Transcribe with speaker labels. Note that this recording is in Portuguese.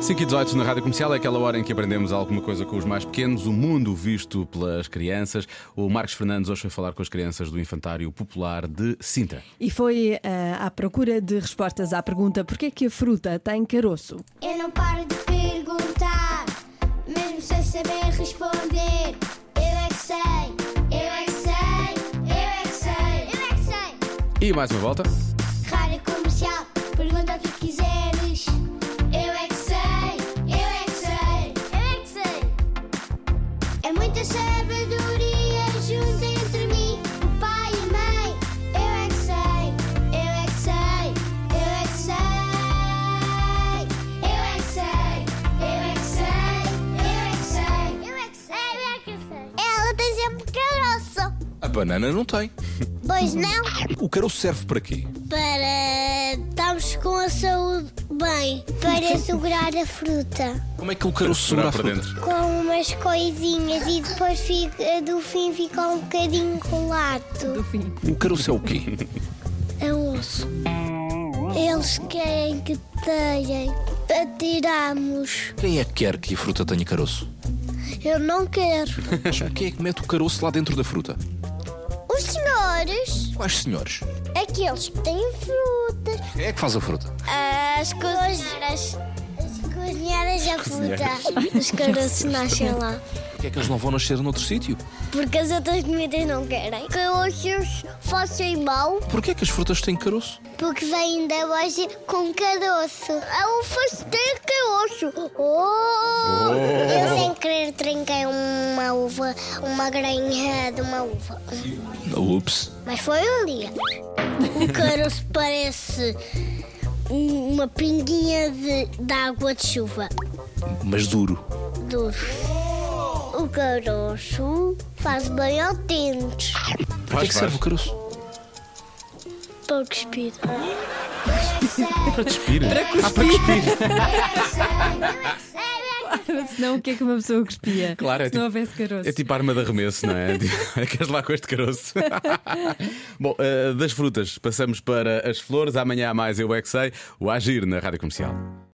Speaker 1: 5 e 18 na Rádio Comercial é aquela hora em que aprendemos alguma coisa com os mais pequenos, o mundo visto pelas crianças. O Marcos Fernandes hoje foi falar com as crianças do Infantário Popular de Sinta.
Speaker 2: E foi ah, à procura de respostas à pergunta porquê que a fruta tem caroço?
Speaker 3: Eu não paro de perguntar, mesmo sem saber responder. Eu é que sei, eu é que sei, eu é que sei, eu é que sei.
Speaker 1: E mais uma volta.
Speaker 3: Rádio comercial, pergunta o que quiseres. Eu é que sei, eu é que sei, eu é que sei. É muita sabedoria junto entre mim, o pai e a mãe. Eu é que sei, eu é que sei, eu é que sei. Eu é que sei, eu é que sei, eu é que sei. Eu é que sei, eu é que sei. Ela tem sempre caroço.
Speaker 4: A banana não tem.
Speaker 3: Pois não?
Speaker 4: O caroço serve para quê?
Speaker 3: para estarmos com a saúde bem, para segurar a fruta
Speaker 4: Como é que o caroço segura a
Speaker 1: para
Speaker 4: fruta?
Speaker 1: dentro.
Speaker 3: com umas coisinhas e depois fica- do fim fica um bocadinho colado.
Speaker 2: fim.
Speaker 4: O caroço é o quê?
Speaker 3: É osso. Eles querem que tenham para tirarmos.
Speaker 4: Quem é que quer que a fruta tenha caroço?
Speaker 3: Eu não quero.
Speaker 4: Mas quem é que mete o caroço lá dentro da fruta?
Speaker 3: Os senhores,
Speaker 4: Quais senhores?
Speaker 3: aqueles que têm frutas,
Speaker 4: Quem é que faz a fruta?
Speaker 3: as cozinheiras. As cozinheiras da fruta. Os caroços nascem lá.
Speaker 4: Porquê é que eles não vão nascer noutro sítio?
Speaker 3: Porque as outras comidas não querem. Que hoje fazem mal.
Speaker 4: Porquê é que as frutas têm caroço?
Speaker 3: Porque vem ainda hoje com caroço. É um A uva tem caroço. Oh! Eu sem querer trinquei uma uva, uma grainha de uma uva.
Speaker 4: Ups.
Speaker 3: Mas foi um dia. O caroço parece um- uma pinguinha de, de água de chuva.
Speaker 4: Mas duro.
Speaker 3: Duro. O caroço faz bem ao dente.
Speaker 4: Para que é que serve o caroço?
Speaker 3: Pouco espírito.
Speaker 1: Respira.
Speaker 2: Senão o que é que uma pessoa cuspia?
Speaker 1: Claro, é
Speaker 2: Se não
Speaker 1: tipo-
Speaker 2: houvesse caroço.
Speaker 1: É tipo arma de arremesso, não é? Tipo, Queres lá com este caroço? Bom, eh, das frutas passamos para as flores. Amanhã há mais Eu é que sei, o Agir na Rádio Comercial.